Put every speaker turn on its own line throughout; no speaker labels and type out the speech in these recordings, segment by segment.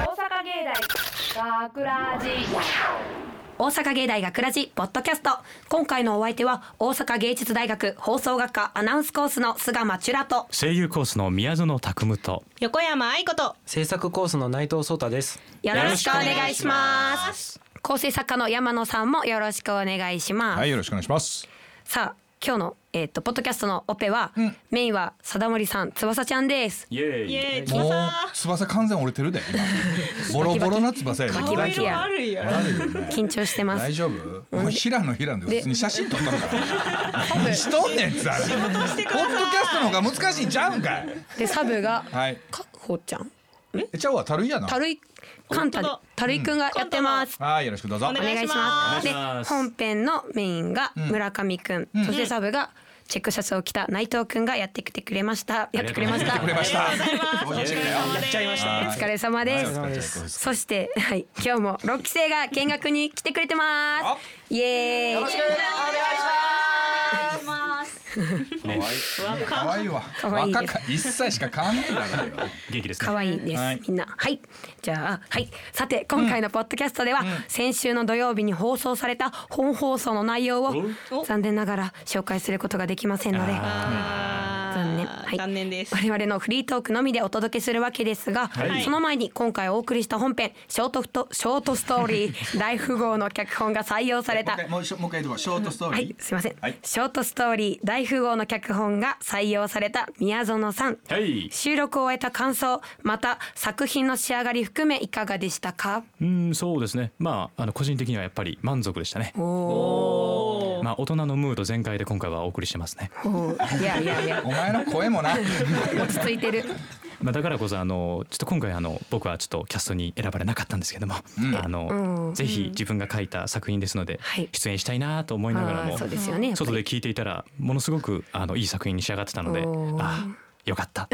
芸大学ラジ
大阪芸大学ラジポッドキャスト今回のお相手は大阪芸術大学放送学科アナウンスコースの菅間チュラと
声優コースの宮園拓夢と
横山愛子と
制作コースの内藤聡太です。
よろしくお願いします構成作家の山野さんもよろしくお願いします、
はい、よろしくお願いします。
さあ今日のえっ、とポッドキャストのオペは、メインは貞森さん翼ちゃんです
イエー
イエーイ
もう
翼
翼完全折れてるで 今。ボロボロな翼やで。
バキバキや
あるよ
あるよね
緊張してます
大丈夫？もう平野平野で普通に写真撮ったのか。何しとんねんつあれ。ポッドキャストの方が難しいんちゃうんかい。
でサブが
はい。
かほうちゃん
えちゃうわたるいやな
た。るいカンタで
本当だ
たるいくんがやってます
はい、よろしくどうぞ。
お
お
願
願
い
い
し
し
ま
ますす
で
お願いします
本編のメインが村上くん、そしてサブがチェックシャツを着た内藤くんがやってきてくれましたやってくれまし
や
た
って
くれました。
お疲れ様です
お疲れ様です、
お疲れ様で
そして、はい、今日も六期生が見学に来てくれてます。イエーイ。よろしくお願いし
す。可愛いわ。
可愛いです
若か一歳しか変わんねえだろよ。
元気ですね
可愛いです、
はい
みんな。はい。じゃあ、はい。さて、今回のポッドキャストでは、先週の土曜日に放送された本放送の内容を残念ながら紹介することができませんので、
あー
残念。はい
残念です
我々のフリートークのみでお届けするわけですが、
はい
その前に今回お送りした本編ショートフトショートストーリー大富豪の脚本が採用された
もう一回もう一回言うわショートストー
は
リ
い
ー、。
すみません、
はい
ショートストーリー大富豪の脚本が採用された宮園さん、
はい
収録を終えた感想また作品の仕上がり含めいかがでしたか
うんそうですねまああの個人的にはやっぱり満足でしたねまあ大人のムード全開で今回はお送りしてますね、
おーいやいやいや
お前の声もな。
落ち着いてる
まあ、だからこそあのちょっと今回あの僕はちょっとキャストに選ばれなかったんですけども、あのぜひ自分が書いた作品ですので、
はい
出演したいなと思いながら
あー
も
そうですよねやっぱ
外
り
で聞いていたらものすごくあのいい作品に仕上がってたので
おー
ああよかった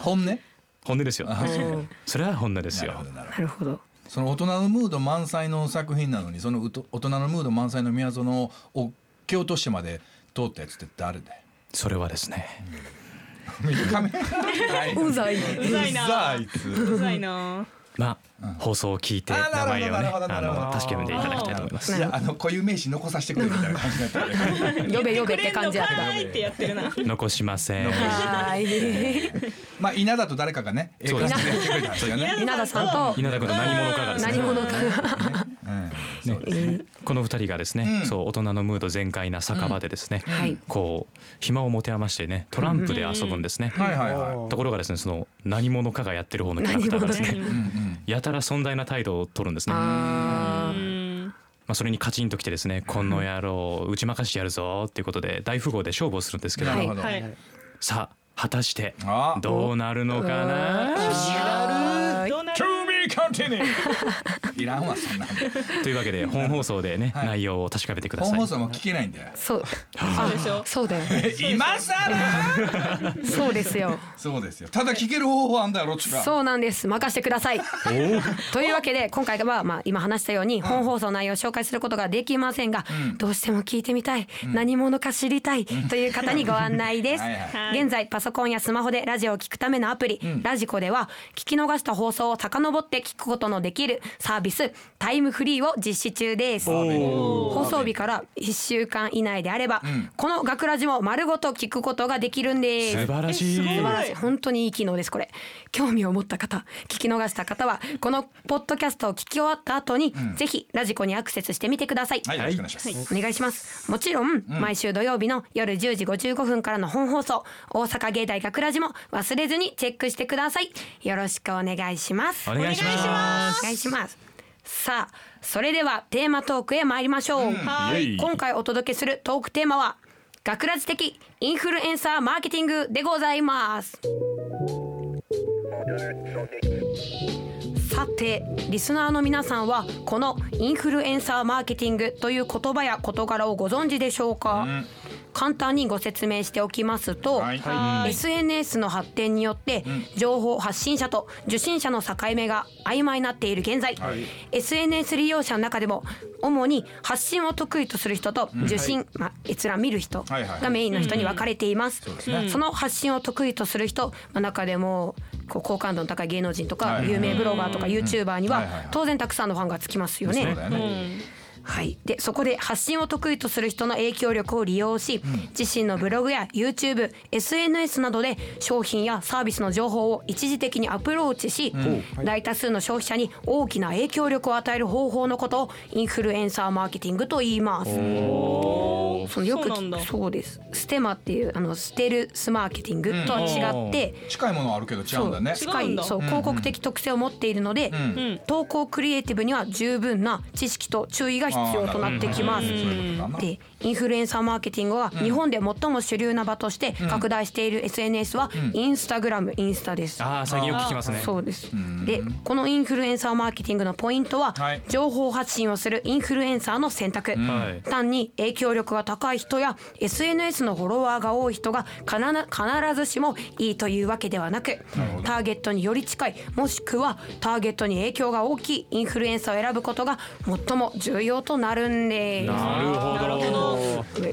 本音。
本音ですよ
あそう
それは本音ですよ
なるほど
なるほど
その大人のムード満載の作品なのにそのうと大人のムード満載の宮園を蹴落としてまで通ったやつって誰だよ
それはですね
カメラないう
ざいう
ざいな
ざあいつ
うざいな
まあ、放送を聞いて
あー
名前を
な
ね
るほど
あ
なるほど
の確かめていただきたいと思います。
いやあの固有名詞残させてくれみたいな感じだったんで
呼べ呼べ
く
っ
れ
て
んの
感じ
か
やった
ーいってやってるな
残しません。
はい
まあ稲田と誰かがね映
そう
画
で
ですやってくれたんですよね
稲田さんと
稲田君の何者かがですね。
何者か
ねこの二人がですね、そう大人のムード全開な酒場でですね、
はい
こう暇を持て余してねトランプで遊ぶんですね。
はいはいはい
ところがですねその何者かがやってる方のキャラクターがですね、やたら存在な態度を取るんですね。
あー
まあ、それにカチンときてですね、この野郎打ち負かしてやるぞっていうことで大富豪で勝負をするんですけど、
はい
なるほど
はい
さあ果たして
あー
どうなるのかな。
どうなる
To be continued いらんわそんなん
というわけで本放送でね、
はい
内容を確かめてください。
本放送も聞けないんだよ
そう
そうでしょ
そうだよ
今更
そうですよ
そうですよただ聞ける方法あんだろっちゅうか
そうなんです任せてくださいというわけで今回はまあ今話したように本放送内容を紹介することができませんが、どうしても聞いてみたい、何者か知りたいという方にご案内です
はいは
現在パソコンやスマホでラジオを聞くためのアプリ、ラジコでは聞き逃した放送を遡って聞くことのできるサービスタイムフリーを実施中です放送日から1週間以内であれば、この学ラジも丸ごと聞くことができるんです
素晴らしい。
素晴らしい本当にいい機能ですこれ興味を持った方聞き逃した方はこのポッドキャストを聞き終わった後に、ぜひラジコにアクセスしてみてください、
はいよろしくお願いします
お願いしますもちろん、毎週土曜日の夜10時55分からの本放送大阪芸大学ラジも忘れずにチェックしてくださいよろしくお願いします
お願いし
お願いし
ま
ま
お願いしますさあそれではテーマトークへ参りましょう、
はい
今回お届けするトークテーマは学ラジ的インフルエンサーマーケティングでございますさてリスナーの皆さんはこのインフルエンサーマーケティングという言葉や事柄をご存知でしょうか、簡単にご説明しておきますと、
はい
は
SNS の発展によって情報発信者と受信者の境目が曖昧になっている現在、SNS 利用者の中でも主に発信を得意とする人と受信、まあ、閲覧見る人
はいはい
がメインの人に分かれています、
そうですね
その発信を得意とする人の中でもこう好感度の高い芸能人とか
はい
有名ブロガーとかユーチューバーに
はいはいはい
は当然たくさんのファンがつきますよ
そう
ね
だ。よね。
はい、でそこで発信を得意とする人の影響力を利用し、自身のブログや YouTubeSNS などで商品やサービスの情報を一時的にアプローチし、大多数の消費者に大きな影響力を与える方法のことをインフルエンサーマーケティングと言います。そのよく
そうなんだ
聞くそうですステマっていうあのステルスマーケティングとは違って、
近いものはあるけど違うんだね。
そう
近
違うん
い
だ
そう
う
広告的特性を持っているので、
ん
投稿クリエイティブには十分な知識と注意が必要となってきます。
そういうことだな。
でインフルエンサーマーケティングは日本で最も主流な場として拡大している SNS はインスタグラムインスタです。
ああ最近よく聞きますね。
そうですでこのインフルエンサーマーケティングのポイントは、
はい
情報発信をするインフルエンサーの選択、
はい
単に影響力が高い人や SNS のフォロワーが多い人が必な必ずしもいいというわけではなくターゲットにより近いもしくはターゲットに影響が大きいインフルエンサーを選ぶことが最も重要となるんです。
なるほど。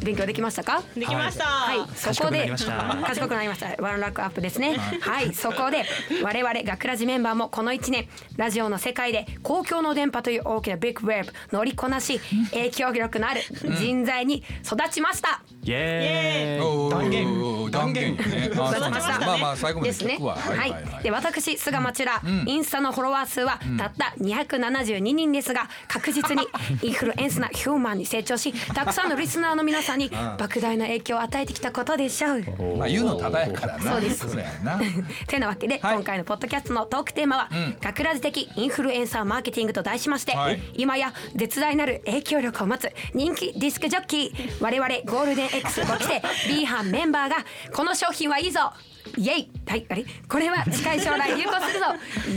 勉強できましたか
できました。
はい、そこ
賢くな
で
りました
賢くなりました。ワンラックアップですね。はい、そこで我々学ラジメンバーもこの1年ラジオの世界で公共の電波という大きなビッグウェーブ乗りこなし影響力のある人材に育ちました。
イエーイ。
おー断言断言 ね。あーそうなんだ
育ちましたね
まあまあ最後まで
ですね。
聞くわ。
はい、で私菅町ら、インスタのフォロワー数はたった272人ですが確実 にインフルエンスなヒューマンに成長したくさんのリスナーの皆さんに莫大な影響を与えてきたことでしょう。
まあ言うのただやからな。
そうです
や な。
てなわけで、
はい
今回のポッドキャストのトークテーマは、学ラジ的インフルエンサーマーケティングと題しまして、
はい
今や絶大なる影響力を持つ人気ディスクジョッキー我々ゴールデン X ご 期生 B 班メンバーがこの商品はいいぞイエイはいあれこれは近い将来流行するぞ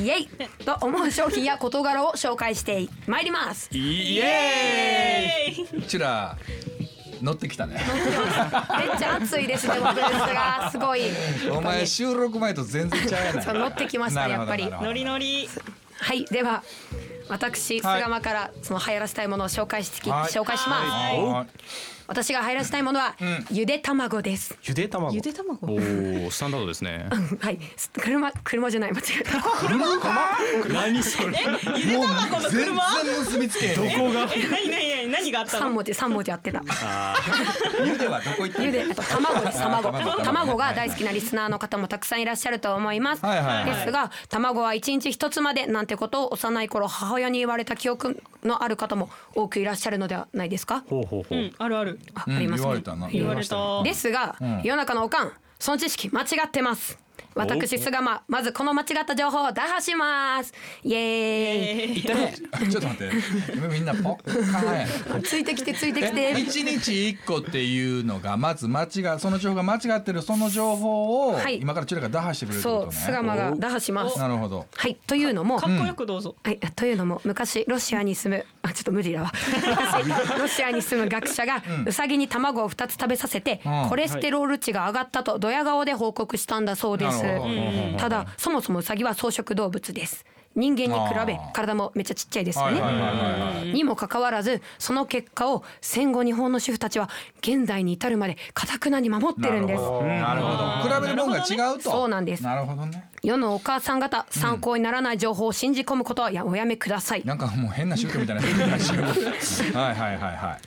イエイと思う商品や事柄を紹介してまいります
イ
イ
エ
エーイ。
うちら乗ってきたね。
めっちゃ熱いですね僕ですがすごい
お前収録前と全然ちゃうやない。
そう乗ってきました
なる
や
ほど
っぱり
なるほど
ノリノリ。
はい、では私
はい
菅間からその流行らせたいものを紹介してき、
はい
紹介します、
は
私が流行らせたいものは、ゆで卵です。
ゆで卵
で卵。
ーイ。おおスタンダードですね。
はい、す車車じゃない間違え た。
何それ。
いもう全然結びつけへんねん。どこが
え、何何何何があった
三
の？
文字三文字合ってた。
ゆではどこ行った
ゆであと卵です卵
卵卵
卵が大好きなリスナーの方もたくさんいらっしゃると思います。
はいはいはい
ですが卵は一日一つまでなんてことを幼い頃母親に言われた記憶のある方も多くいらっしゃるのではないですか。
ほうほうほ
う
う。
ん、あるある。
あ
うん
あります
言
ね
われたな。
言われた。
ですが、世の中のおかんその知識間違ってます私菅間まずこの間違った情報を打破しますイエーイ
えー
ちょっと待って。今みんなポッカーン やね
ついてきてついてき
え
て
一日一個っていうのがまず間違いその情報が間違ってるその情報を
はい
今からちらが打破してくれるってこ
そ
とね
う菅間が打破します
なるほど
はいというのも
かっこよくどうぞ。
はい、というのも昔ロシアに住むあちょっと無理だわ昔ロシアに住む学者がウサギに卵を2つ食べさせて、
うん
コレステロール値が上がったとドヤ顔で報告したんだそうです、
なるほどうん
ただそもそもウサギは草食動物です人間に比べ
あー
体もめっちゃちっちゃいですよ
はい
ね、
はいはいはいはい
にもかかわらずその結果を戦後日本の主婦たちは現在に至るまでかたくなに守ってるんです
なるほど比べるもんが違うと
そうなんです
なるほどね
世のお母さん方参考にならない情報を信じ込むことはやおやめください、
なんかもう変な宗教みたい なはいはいはいはい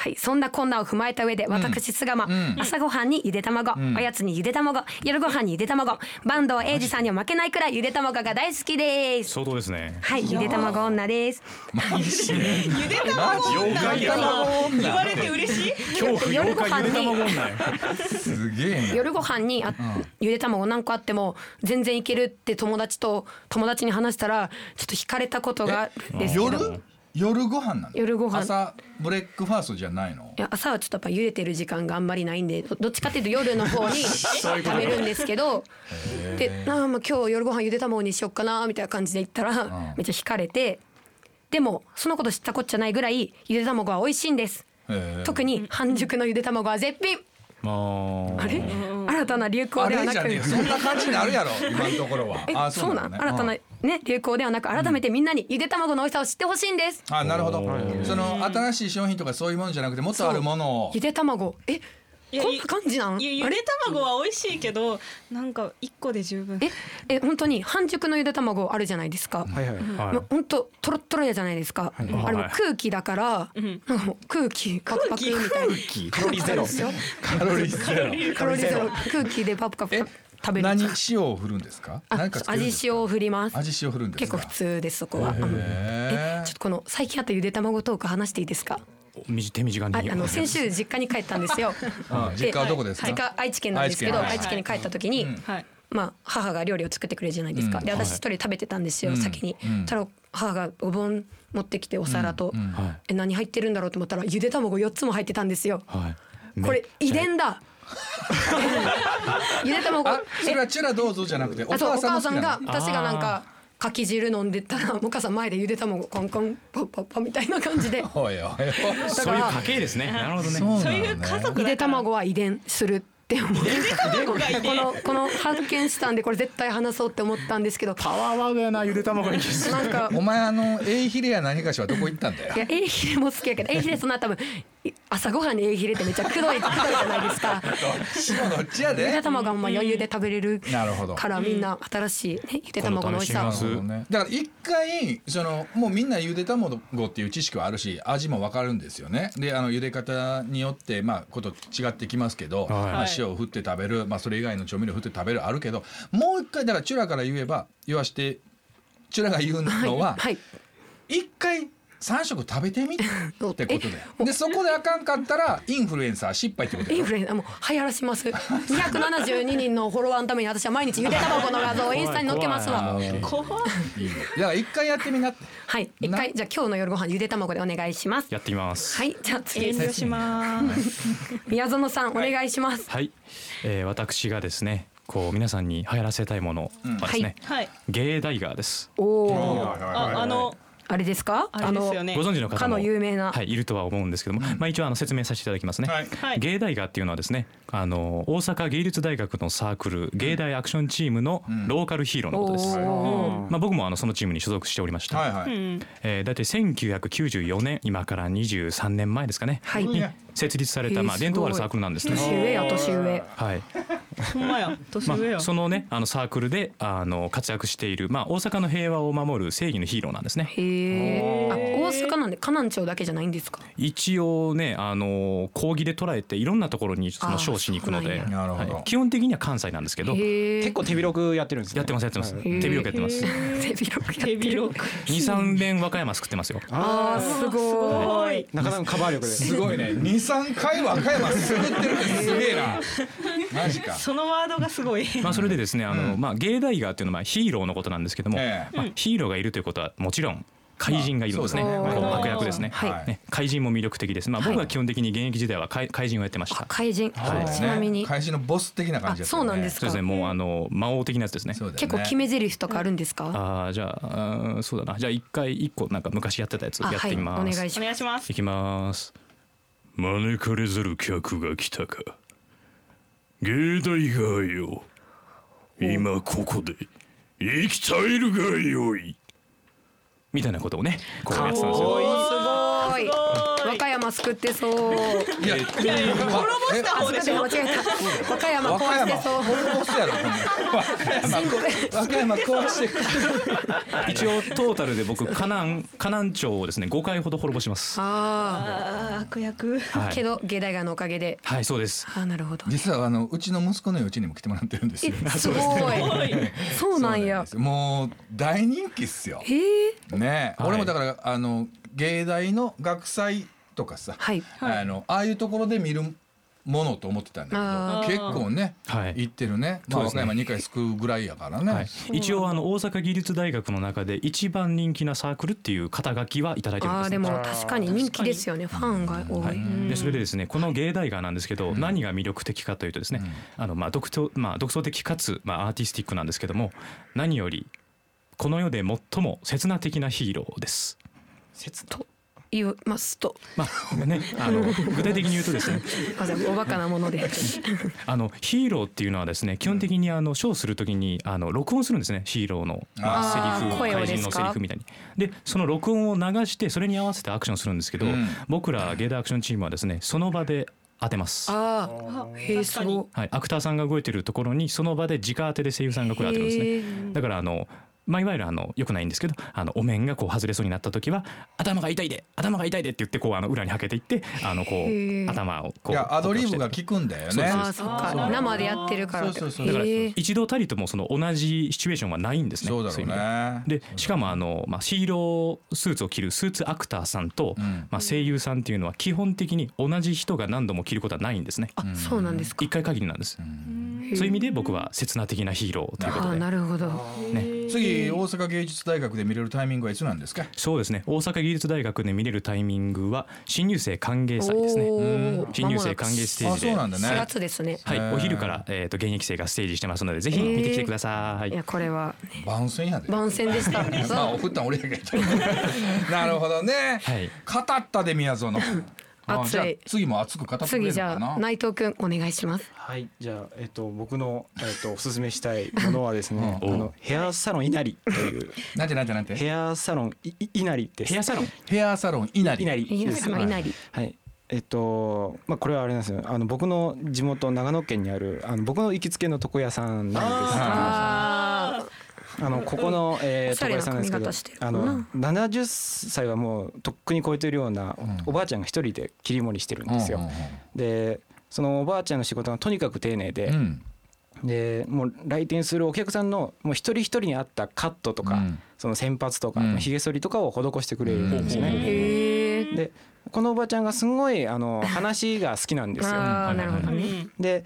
はい、そんなこんなを踏まえた上で私菅間、朝ごはんにゆで卵、おやつにゆで卵夜ごはんにゆで卵坂東英二さんには負けないくらいゆで卵が大好きです
相当ですね。
はいゆで卵女です
ゆで卵
妖怪
や
女。言われて嬉しい。
恐怖
夜
妖
ご飯
怪
に
ゆで卵女よ。
すげえな
夜ご飯にあ、ゆで卵何個あっても全然いけるって友達と友達に話したらちょっと惹かれたことがあるんですけど
夜夜ご飯なの
夜ご飯
朝ブレックファーストじゃないの
いや朝はちょっとやっぱ茹でてる時間があんまりないんでどどっちかっていうと夜の 方に食べるんですけどでなあまあ今日夜ご飯茹で卵にしよっかなみたいな感じで言ったら、めっちゃ惹かれてでもそのこと知ったこっちゃないぐらいゆで卵は美味しいんです
へえ
特に半熟のゆで卵は絶品
まあ。
あれ新たな流行
あ
では
れ
な
じゃ
く
ねえよそんな感じになるやろ今のところは
え
あ
そうなん、
だね
新たなね流行ではなく改めてみんなにゆで卵の美味しさを知ってほしいんです
あなるほどその新しい商品とかそういうものじゃなくてもっとあるものを
ゆで卵え
いや
こんな感じなん
いや
あ
ゆ
れ
で卵は美味しいけどなんか一個で十分
ええ本当に半熟のゆで卵あるじゃないですか、
はいはい。
は
もう本当トロットロやじゃないですか、あれも空気だから、
ん
なんかもう空気パクパクみたいな
カロリーゼロ。
カロリーゼロ
カロリーゼロ空気でパクパク
え
食べる
何塩を振るんですか
あ
何かつけるんです
味
か
塩を振ります
味塩振るんです
結
か
構普通ですそこは、うん
へ
えちょっとこの最近あったゆで卵トーク話していいですか
い手短
あ
に
あの先週実家に帰ったんですよ
あ実家はどこですか
実家愛知県なんですけど
愛知県はい
愛知県に帰った時に、
はい
まあ、母が料理を作ってくれるじゃないですか、
うん
で
はい
私一人食べてたんですよ、
うん
先に、
うん
ただ母がお盆持ってきてお皿と、
うんうん
はい
え何入ってるんだろうと思ったらゆで卵4つも入ってたんですよ
はい
これ遺伝だゆで卵
あそれはチュラどうぞじゃなくてお
あそうお
母さ
母さん
んの好きなの
が私がなんかかき汁飲んでたらお母さん前でゆで卵コンコンパッパッパみたいな感じで
おいおいおい
だ
そ
か
ういう
ら
家系ですねなるほどね
そう
そ
な
う
の
い
ね
う家
ゆ
族
で
だから
卵は遺伝するって思う
が遺伝
このこの発見したんでこれ絶対話そうって思ったんですけど
パワーワードやなゆで卵いきす
なんか
お前あのエイヒレや何かしはどこ行ったんだよ
いやエイヒレも好きやけどエイヒレそんな多分い朝ごはんにエイヒレってめっちゃくどいくどいじゃないですか。
塩どっちや
ゆで
で
卵がほんま余裕で食べれる
なるほど
からみんな新しい、ね、ゆで卵の美味し
今
さ
度試し
そうだねだから一回そのもうみんなゆで卵っていう知識はあるし味もわかるんですよねであの茹で方によってまあこと違ってきますけど、
はい
まあ、塩を振って食べる、まあ、それ以外の調味料を振って食べるあるけどもう一回だからチュラから言えば言わしてチュラが言うのは
はい
一回3食食べて みってことだよ
え
でそこであかんかったらインフルエンサー失敗ってこと
イ
や
ン
ろ
フルエンザもう流行らします272人のフォロワーのために私は毎日ゆで卵の画像をインスタに載っけますわ
怖い怖い
怖っ
いいねだから一回やってみなって
はい一回じゃあ今日の夜ご飯ゆで卵でお願いします
やってみます
はいじゃあ次
遠
です
慮します
宮園さんお願いします
はい、えー、私がですねこう皆さんに流行らせたいものはですね、
はい
ゲーダイガーです
おおー
ああの
あれですか
あれですよね
ご存知の方も
かの有名な
はい、いるとは思うんですけども、まあ、一応あの説明させていただきますね、
はい
はい
芸大学っていうのはですねあの大阪芸術大学のサークル芸大アクションチームのローカルヒーローのことです、
お
まあ、僕もあのそのチームに所属しておりました、
はいはい、
うん
えー、大体1994年今から23年前ですかね、
はい
に設立された、まあ、
えーすごい
伝統あるサークルなんです
ー
ね、
年上や年上
はい
ほんまや年
ま
上や
あ、そのねあのサークルであの活躍している、まあ、大阪の平和を守る正義のヒーローなんですね
へえ。あ、大阪なんで、河南町だけじゃないんですか。
一応ねあの講義で捉えていろんなところにその賞しに行くので
あーそう
なんやなるほど
はい基本的には関西なんですけど
へえ。
結構手広くやってるんですね。
やってますやってます、
ー
手広くやってます
手広くやって
手
る。
広く
23連和歌山作ってますよ
ああ、すごい。
おい
なかなかカバー力で。
すごいね二三回和歌山滑ってるってすげえなマジか
そのワードがすごい
まあそれでですねあの、まあ、芸大ガーっていうのはまあヒーローのことなんですけども、
ええ
まあ、ヒーローがいるということはもちろん怪人がいるんですね、
まあそうです
ね
こう悪役ですね,、
はい
ね怪人も魅力的です、まあ、僕は基本的に現役時代は怪怪人をやってました、
あ、怪人。
はい
ちなみに。
会社のボス的な感じ
あ
だったよね
そうなんです
そうですねもうあの魔王的なやつですね
そうだよね
結構決め台詞とかあるんですか。
あーじゃああーそうだなじゃあ一回一個なんか昔やってたやつ
あ、
やっ
は
て
い、お
みます、
願い
お
しま
願い
す。
します
いきます招かれざる客が来たか芸大がよ今ここで生きたいるがよいみたいなことをねこうやってたんです
おーす
よ
ごい。和
おい
歌山救ってそう。
いやいやいや滅ぼした
あ、すみません、間違えた。和歌山
和歌
壊し
山
てそう。
滅ぼすやろ和歌山壊して
一応トータルで僕河南河南町をですね5回ほど滅ぼします
あ
あー悪役
あ、
は
け
い、
ど、芸大がのおかげで。
はい、そうです
あー、なるほど。
実はあのうちの息子の家にも来てもらってるんですよ
え、すご
お
い。
い
そうなんや。
もう大人気っすよ
へえ。
ねえ
はい
俺もだからあの芸大の学祭とかさ
はい。
あのああいうところで見るものと思ってたんだ
あ
けど結構ね
はい
行ってるね
そう
まあ和
です
歌
ね
山2回救うぐらいやから
は
ね
い、一応あの大阪技術大学の中で一番人気なサークルっていう肩書きはいただいてるん
あ
で
ー
す、
で
ね、
も確かに人気ですよね。ファンが多。
はいい、でそれでですねこの芸大ガーなんですけど、何が魅力的かというとですね、あのまあ独創まあ、独創的かつ、まあ、アーティスティックなんですけども何よりこの世で最も刹那的なヒーローです。
と言いますと、
まあね、あの具体的に言うとですね
あじゃあおバカなもので。
あのヒーローっていうのはですね基本的にあのショーするときにあの録音するんですねヒーローの、ま
あ
あ、
ー
セリフ
声を
怪人
です
の
か
セリフみたいにでその録音を流してそれに合わせてアクションするんですけど、
うん
僕ら芸大アクションチームはですねその場で
当てます。
あ
あ
あ、へえ、す
確かに
ご
はい、アクターさんが動いてるところにその場で直当てで声優さんがこれ当てるんです
へ
ね。だからあのまあ、いわゆるあのよくないんですけどあのお面がこう外れそうになった時は頭が痛いで頭が痛いでって言ってこうあの裏にはけていってあのこ
へ
う
ー
頭をこ
いうやアドリブが効くんだよ
そう
い。
で
ね
す
ああ、そっか、生でやってるからって
そ
こ
う
と。
そうそ
だ
う
から
へえ
一度たりともその同じシチュエーションはないんですね。
そうだ
い
ろ
う意味では
ね
でしかもあの、まあ、ヒーロースーツを着るスーツアクターさんと、
うん
まあ、声優さんっていうのは基本的に同じ人が何度も着ることはないんですね。
あ、そうなんですか
一。回限りなんです。
へえ
そういう意味で僕は刹那的なヒーローというこ
あ
と
あ、
で。
なるほど。
次大阪芸術大学で見れるタイミングはいつなんですか
そうですね大阪芸術大学で見れるタイミングは新入生歓迎祭ですね
おー
新入生歓迎ステー
あ
ジ
そう
で
なんだ
四
ね
月ですね。
はい
へー
お昼から、えー、と現役生がステージしてますのでぜひ見てきてください、
いや、これは
番宣やで
番宣でした。
まあおふったん俺や けどなるほどね
はい
語ったで宮園あ
熱い
じゃあ次も熱く語ってくれる
次
の
じゃ
か
あ、
な
内藤くん、お願いします。
はいじゃあえっと僕のえっとおすすめしたいものはですね
う
あ
ん
のヘアサロン稲荷という
なんてなんてなんて
ヘアサロンいい稲荷です。
ヘアサロン
ヘアサロン稲荷
稲荷
いい
で。
ですす。まあ、いなり。
はい。えっとまあ、これはあれなんですよあの僕の地元長野県にあるあの僕の行きつけの床屋さんなんですけど
ああ、
あのここの、えー、
おしゃ
床
れな
屋さんなんですけ
髪
ど
型してる
あの70歳はもうとっくに超えてるようなおばあちゃんが一人で切り盛りしてるんですよ。でそのおばあちゃんの仕事がとにかく丁寧
うんう
で,、
ん
でもう来店するお客さんのもう一人一人に合ったカットとか、
うん
その洗髪とか、
うん
ひげ剃りとかを施してくれるんですね。
へえ。
でこのおばあちゃんがすごいあの話が好きなん ですよ。
ああ、なるほどね。
で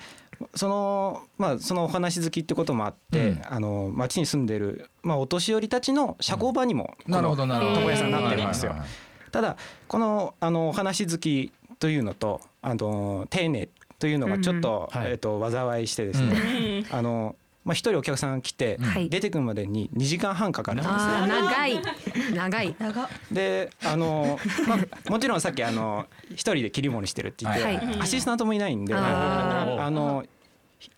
そのまあそのお話好きってこともあって、
うん
あの町に住んでる、まあ、お年寄りたちの社交場にも、
なるほどなるほど
床屋さんになってるん
ですよ
はいはいはい
ただこのあのお話好きというのとあの丁寧というのがちょっと,、
うんうんはい
えっと災いしてですね、あのまあ、一人お客さん来て、
はい
出てくるまでに2時間半かかるんです
ああ、長い。長い。
であの、まあ、もちろんさっきあの一人で切り盛りしてるって言って、
はい
アシスタントもいないんで
あ
あ
ー
の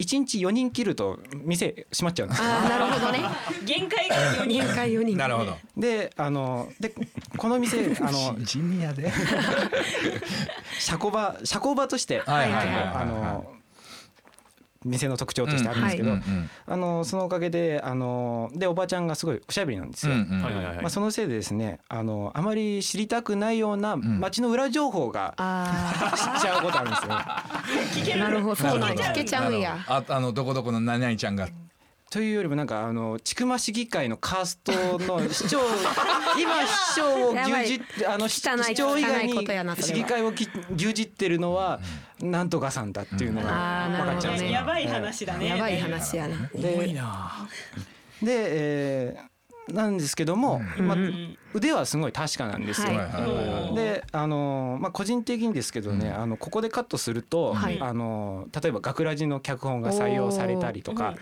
1日4人切ると店閉まっちゃうんですよ
ああ、なるほどね。
限界が4人
限界4人。
なるほど
であのでこの店あ の
ジニアで
車庫場車庫場として
はいはい
はいはい
あの店の特徴としてあるんですけ
うん
ど、
うん
あのそのおかげであのでおばちゃんがすごいおしゃべりなんです
うん
よ。
うん
はいはいはい、
まあ、そのせいでですねあのあまり知りたくないような街の裏情報が
あ
知っちゃうことあるんですよ。
聞
あ、
け
なる
る
ほど。そうなんだ。聞けちゃうんや。
ああのどこどこの何々ちゃんが
というよりもなんかあの千曲市議会のカーストの市長今市長を牛耳ってあの市
汚い
市長以外
汚いことやなそ
に
れは
市議会をき牛耳ってるのはなんとかさんだっていうの
あ
が
ーな
分
る
かっ
ほ
ち
ど
ゃうんです
ね
よ
やばい話だね
やばい話やな。
で
多いな
で、えーなんですけども、まあ、腕はすごい確かなんですよ。
はい
はいはいはいはい
であのーまあ、個人的にですけどね、あのここでカットすると、
はい
あのー例えば学ラジの脚本が採用されたりとか、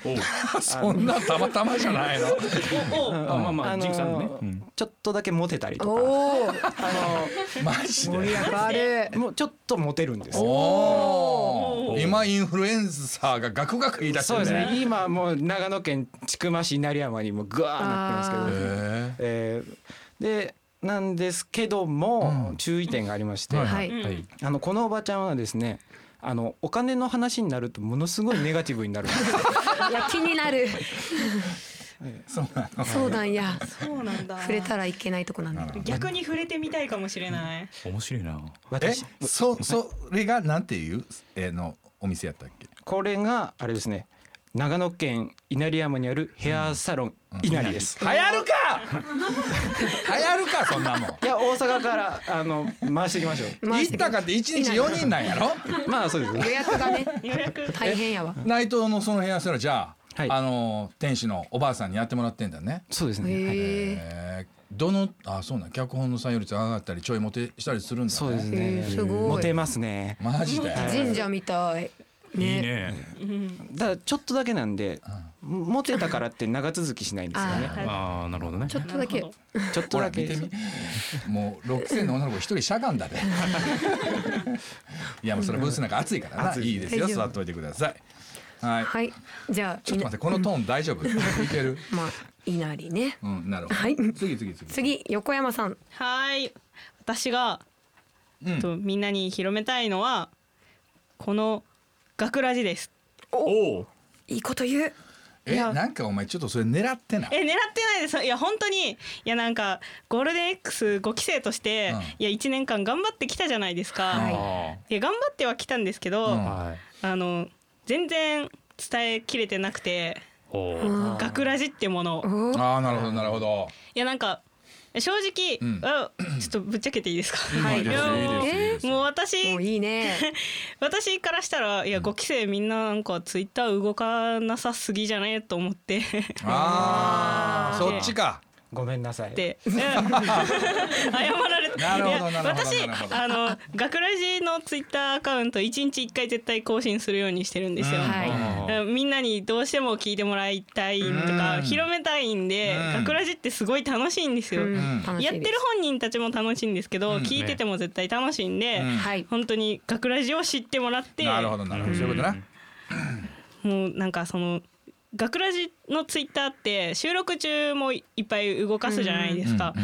そんなたまたまじゃないの
うん
あまあまあ
あの
ジンクさんのね
ー
うん
ちょっとだけモテたりとか、
おお、
あ
マジ
盛り
で
上がる。
のもうちょっとモテるんです
お
よ。
お今インフルエンサーがガクガク言い出して
そう
る
ですね
ね
今もう長野県千曲市成山にもぐわーなってますけど、
へ
えーでなんですけども、
うん
注意点がありまして、
は。
はいい
あのこのおばちゃんはですねあのお金の話になるとものすごいネガティブ になるんですよ
いや気になる。
えそうなの
そうなんや。
そうなんだ
触れたらいけないとこなんだ。
逆に触れてみたいかもしれない
面白いな
え
私
そそれがなんていうえーのお店やったっけ
これがあれですね長野県稲荷山にあるヘアサロン稲荷です、
流行るか 流行るかそんなもん
いや大阪からあの回していきまし
回し
ょ
行
て
っ
くれ
たかって一日四人なんやろ
う まあそうです
予約が ね、
予約
大変やわ。
内藤のその部屋すらじゃあ、
はい
あの店主のおばあさんにやってもらってんだね
そうですね、はい
へえ。
えー、どのあそうなん脚本の採用率上がったりちょいモテしたりするんだね
そうです
へ
ね
ーすごい
モテますね
マジで
神社みたい。
いい
ね。
ね
だからちょっとだけなんでモテたからって長続きしないんですよね
あ
ああなるほどね
ちょっとだけ。
ちょっと
ほら
だ
見
け
てみもう六千の女の子一人しゃがんだでいやもうそれブースなんか暑いからないいですよ
大丈夫
座っといてくださいはい、
はい。じゃあ、
ちょっと待ってこのトーン大丈夫いける
みんなまあ、稲荷ね。
うんなるほど、
はい
次次次
次、横山さん。
はーい私が、
うん
とみんなに広めたいのはこの学ラジです
おお
いいこと言う
え
いや
なんかお前ちょっとそれ狙ってない
え狙ってないですいや本当にいやなんかゴールデン X5 期生として、
うん
いや1年間頑張ってきたじゃないですか、
はい
い、や頑張ってはきたんですけど、
うん
はい
あの全然伝えきれてなくて
お
う
ー
ん
学ラジってものを
お
ああなるほどなるほど
いやなんか正直、
うん
あちょっとぶっちゃけていいですか、
はい
いいですよいいですよいいですよ
もう私
もういいね
私からしたらいや5期生みんななんかツイッター動かなさすぎじゃねえと思って
ああそっちか
ごめんなさい。
で、 うん謝られて
なるほどな
いや
るほどな
私
るほど
あの学ラジのツイッターアカウント1日1回絶対更新するようにしてるんですよ。
うん
はい
うんみんなにどうしても聞いてもらいたいとか
うん
広めたいんで
うん
学ラジってすごい楽しいんですよ。
うん楽し
やっ
い
て
で
る
す
本人たちも楽しいんですけど、
うん
聞いてても絶対楽しいんで、
うん
はい
本当に学ラジを知ってもらって
なるほどなるほどそういうことな
もうなんかその学ラジのツイッターって収録中もいっぱい動かすじゃないですか、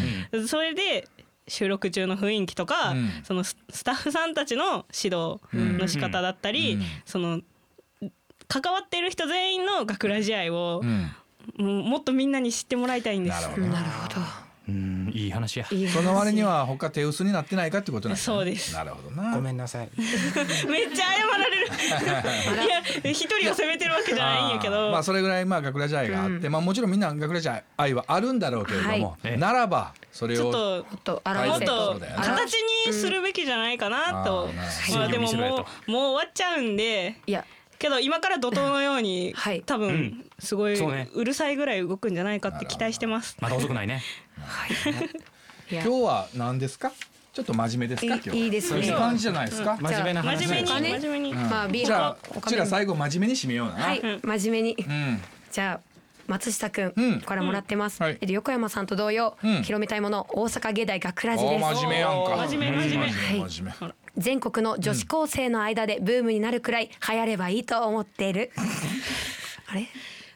それで収録中の雰囲気とか、
うん
そのススタッフさんたちの指導の仕方だった
う
り、
ん
その関わってる人全員の学ラジ愛を
う、ん
もうもっとみんなに知ってもらいたいんです
なるほ
なるほ
うんいい話や
どいい話
その割には他手薄になってないかってことなんだね
そうです
なるほどな
ごめんなさい。
めっちゃ謝られる いや一人を責めてるわけじゃないんやけ
あ
ど
ーまあそれぐらいまあ学ラジ愛があって、まあもちろんみんな学ラジ愛はあるんだろうけれども、
はい
ならばそれ
ちょ
を
っと
もっと
も
表せ
っ
は
と
い
形にするべきじゃないかなと、
うんあー
まあでも
正義を見せろや
もうもう終わっちゃうんで
いや
けど今から怒涛のように、
はい
多分すごい
そうね
うるさいぐらい動くんじゃないかって期待してます。
まだ遅くないね
いや
今日は何ですかちょっと真面目ですか今日はい
いいですね
そういう感じじゃないですか、
真面目な話。
真面目
そう
に
です
真面目に、
まあビール
じゃあ
お金
こちら最後真面目に締めような、
はい真面目に
うん
じゃあ松下くん、
うん
これもらってます、
うんはい
えっと横山さんと同様、
うん
広めたいもの大阪芸大学ラジ
お
です
真面目やんか
真面目真面目
うん真面目
全国の女子高生の間でブームになるくらい流行ればいいと思っている、あれ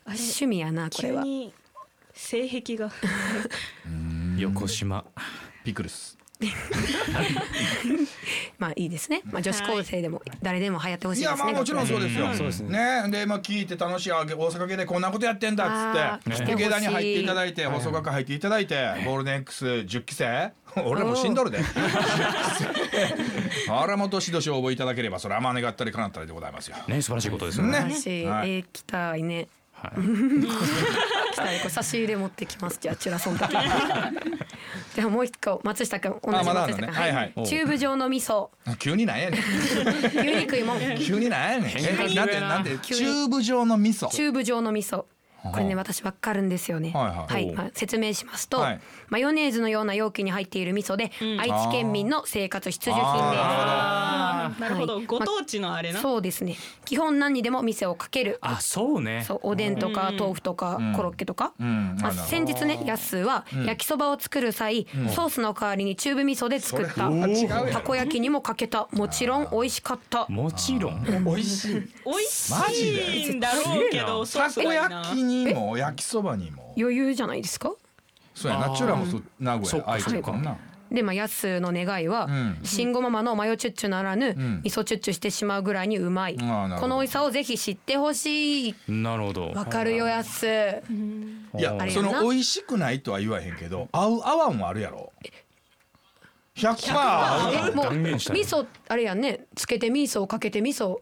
趣味やなこれ
急
は
に性癖が
横島
ピクルス
まあいいですね、まあ、女子高生でも誰でも流行ってほし
い
いで
や
す
まあ
ね
もちろんそうですよ、
うんそうです
ねでまあ聞いて楽しいあ大阪芸大こんなことやってんだっつ
あー
って
ね
で芸大に入っていただいて放送学科入っていただいてゴールデン X10 期生 俺らもう死んどるで あらも年々応募いただければそれはまあ願ったりかなったりでございますよ
ね素晴らしいことですよね
ね
私、
はい
えー来たいね
はい
来たいこれ差し入れ持ってきますじゃあチュラソンだけじ ゃあもう一個松下くん同じ
あまだあ
松
る
下くん、
のねはいはい
チューブ状の味噌
急になんやねん
牛 肉いもん
急になんやねんえなんでなんでチ
急に
ューブ状の味噌
チューブ状の味噌これね私わかるんですよね
はいはい
まあ説明しますと、
はい
マヨネーズのような容器に入っている味噌で、愛知県民の生活必需品です
あ
なるほど、
はい
ご当地のあれな、
そうですね基本何にでも店をかける
あそうね
そうおでんとか豆腐とかコロッケとか、
ん
まあ
なるほど
先日ねやっすーは焼きそばを作る際、ソースの代わりにチューブ味噌で作った
それは違うやろ
たこ焼きにもかけたもちろん美味しかった
もちろん
美味しい
美味しいんだろうけど、ソー
た
ス
こ
がいい
焼
な。
きにも焼きそばにも
余裕じゃないですか
そうやナチュラもそう名
そっ
古屋
か
愛知やからな
でまあやっすーの願いは、
ん
慎吾ママのマヨチュッチュならぬ、味噌チュッチュしてしまうぐらいにうまい
あーなるほど
この美味しさをぜひ知ってほしい
なるほど
わかるよやっすー
いや
あれ
そ
やな
の美味しくないとは言わへんけど合う合わんはあるやろ100%合う
えもう
断言
味
したね
噌あれやんねつけて味噌をかけて味噌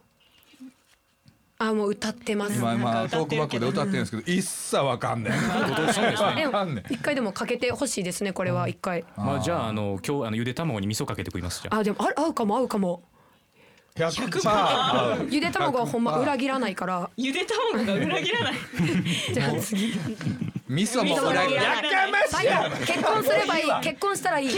あもう歌ってます
まあまあ
歌
ト
っ
ーク
て
バ
る
ック
け
で
ど
歌ってるんですけど一切わかんね
で
んわかん
も
ね
一回でもかけてほしいですねこれは一回
まあじゃああの今日あのゆで卵に味噌かけて食いますじゃあ
あでもあれ合うかも合うかも
ん100%合う
ゆで卵はほんま裏切らないから
ゆで卵が裏切らない。
じゃあ次
味噌も
味噌も
裏切らないやかましいや
結婚すればいい結婚したらいい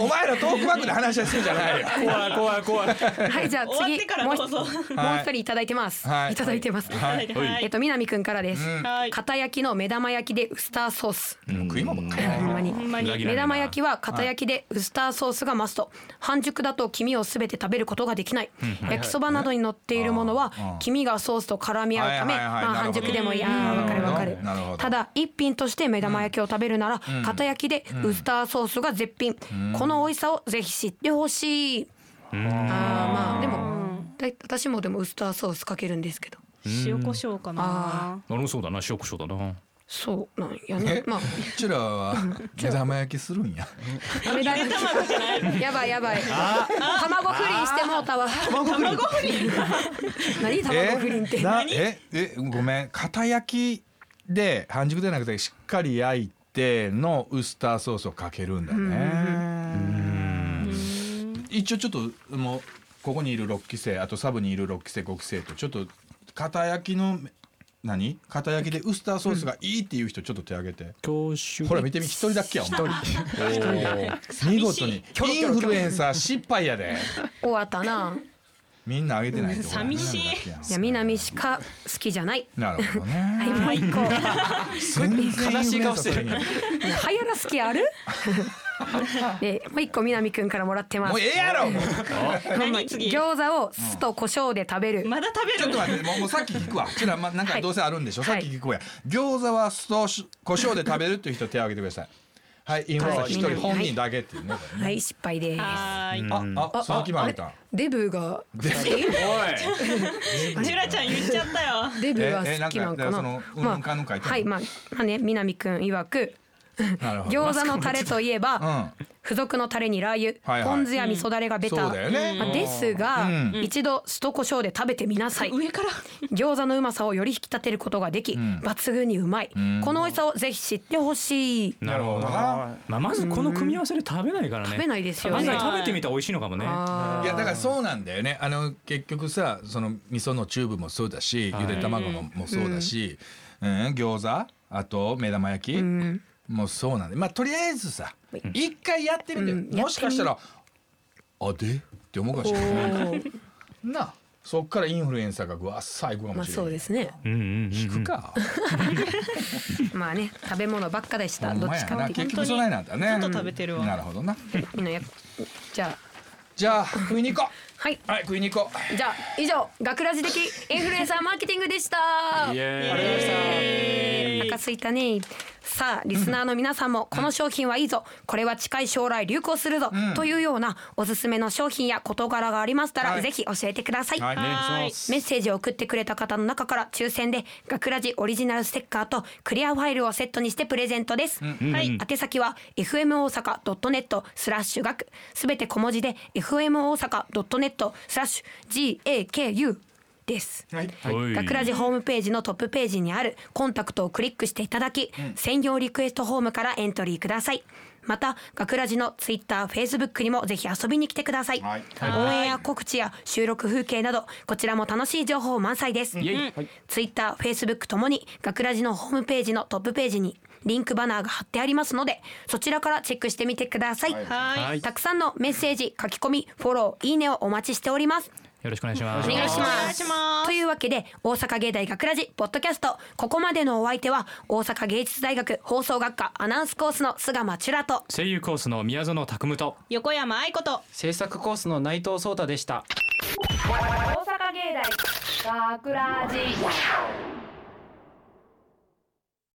お前らトークバックで話はするじゃないよ
怖い怖い怖い
はいじゃあ
終わっ
次
てから
もう
どうぞ
一もう一人いただいてます
はい
いただいてます
はいはい
えっと南くんからです
はい
片焼きの目玉焼きでウスターソース
食いもんばっかりや
ほんまに
ほんまに
裏切らな
目
いな
玉焼きは片焼きでウスターソースがマスト半熟だと黄身をすべて食べることができない焼きそばなどに乗っているものは黄身がソースと絡み合うため
はいはいは
まあ
いなるほ
半
ど
熟でもいいあ
うん
ーわかるわかる
なるほど
ただ一品として目玉焼きを食べるなら片焼きでウスターソースが絶品この美味しさをぜひ知ってほしいあーまあでもだい私もでもウスターソースかけるんですけど
塩コショウかな
俺もそうだな塩コショウだな
そうなんや
え
ねまあ
ちらは目玉焼きするんや。
あれだやばいやばい卵不倫してもうたわ
卵不倫
何卵不倫って
なええごめん片焼きで半熟でなくてしっかり焼いてのウスターソースをかけるんだね。一応ちょっともうここにいる6期生あとサブにいる6期生5期生とちょっと片焼きの何片焼きでウスターソースがいいっていう人ちょっと手挙げて。
教習
ほら見てみ一人だっけやお前。おお見事にインフルエンサー失敗やで。
終わったな
みんなあげてないと
寂しい
いや南しか好きじゃない
なるほど
はい
ね。
もう一個
全然
悲しい顔してる
インフルエンサーそれに
流行らす気あ るでもう一個南くんからもらってます
もうええやろもう
何次
餃子を酢と胡椒で食べる、
まだ食べる
ちょっと待ってもうもうさっき聞くわちらまなんかどうせあるんでしょ、さっき聞くわや餃子は酢とし胡椒で食べるっていう人手を挙げてくださいはいインフルエンサー一人本人だけっていうね、
はい失敗です
はーい
ああ鈴木まみたん
デブが
ジュラちゃん言っちゃったよ
デブが
ええ
好きなんかな
なんかその
まあ
うんかぬかいてんの
はいまあまあね南くん曰く
なるほど
餃子のタレといえば、
う
付属のタレにラー
はいはい
油ポン酢や味噌だれがベター、
そうだよね
まあ、ですが、
うん
一度酢と胡椒で食べてみなさい、
上から
餃子のうまさをより引き立てることができ、抜群にうまい、この美味しさをぜひ知ってほしい
なるほどな、
な
まあ、まずこの組み合わせで食べないからね
食べないですよ
案
ね
外食べてみたら美味しいのかもね
いやだからそうなんだよねあの結局さその味噌のチューブもそうだし、ゆで卵ももそうだし、うん餃子あと目玉焼き、もうそうなんでまあとりあえずさ一回やってみて、
うん
もしかしたら「あで?」って思うかもしれない。
おー
なあそっからインフルエンサーがぐわ最後か
ま
も
あ
しれ
そ
な
う
い、
ですね
うんうん
聞くか
まあね食べ物ばっかでしたどっち
ほ
か
んまやな
っていう
結
と
局そないなんだね
本当にちょっと食べてるわ
なるほどな
みんなやじゃあ
じゃあ食いに行こう
はい
はい食いに行こ
じゃあ以上学ラジ的インフルエンサーマーケティングでした
イエーイ
お腹すいたねさあリスナーの皆さんもこの商品はいいぞこれは近い将来流行するぞというようなおすすめの商品や事柄がありました
は
ら
い
ぜひ教えてください、
うはいね
はーい
メッセージを送ってくれた方の中から抽選で学ラジオリジナルステッカーとクリアファイルをセットにしてプレゼントです、
はい
宛先は fm 大阪 .net スラッシュ学すべて小文字で fm 大阪 .net スラッシュ GAKU です
うはい
はい
学ラジホームページのトップページにあるコンタクトをクリックしていただき、専用リクエストフォームからエントリーくださいまた学ラジのツイッター、フェイスブックにもぜひ遊びに来てください、
はい
応援や告知や収録風景などこちらも楽しい情報満載です、
イエイ
ツイッター、フェイスブックともに学ラジのホームページのトップページにリンクバナーが貼ってありますのでそちらからチェックしてみてください、
はーい
たくさんのメッセージ書き込みフォローいいねをお待ちしております
よろしくお願いします
お願いします
お願いします
というわけで大阪芸大学ラジポッドキャストここまでのお相手は大阪芸術大学放送学科アナウンスコースの菅間チュラと
声優コースの宮園拓夢と
横山愛子と
制作コースの内藤壮太でした
大阪芸大学ラジ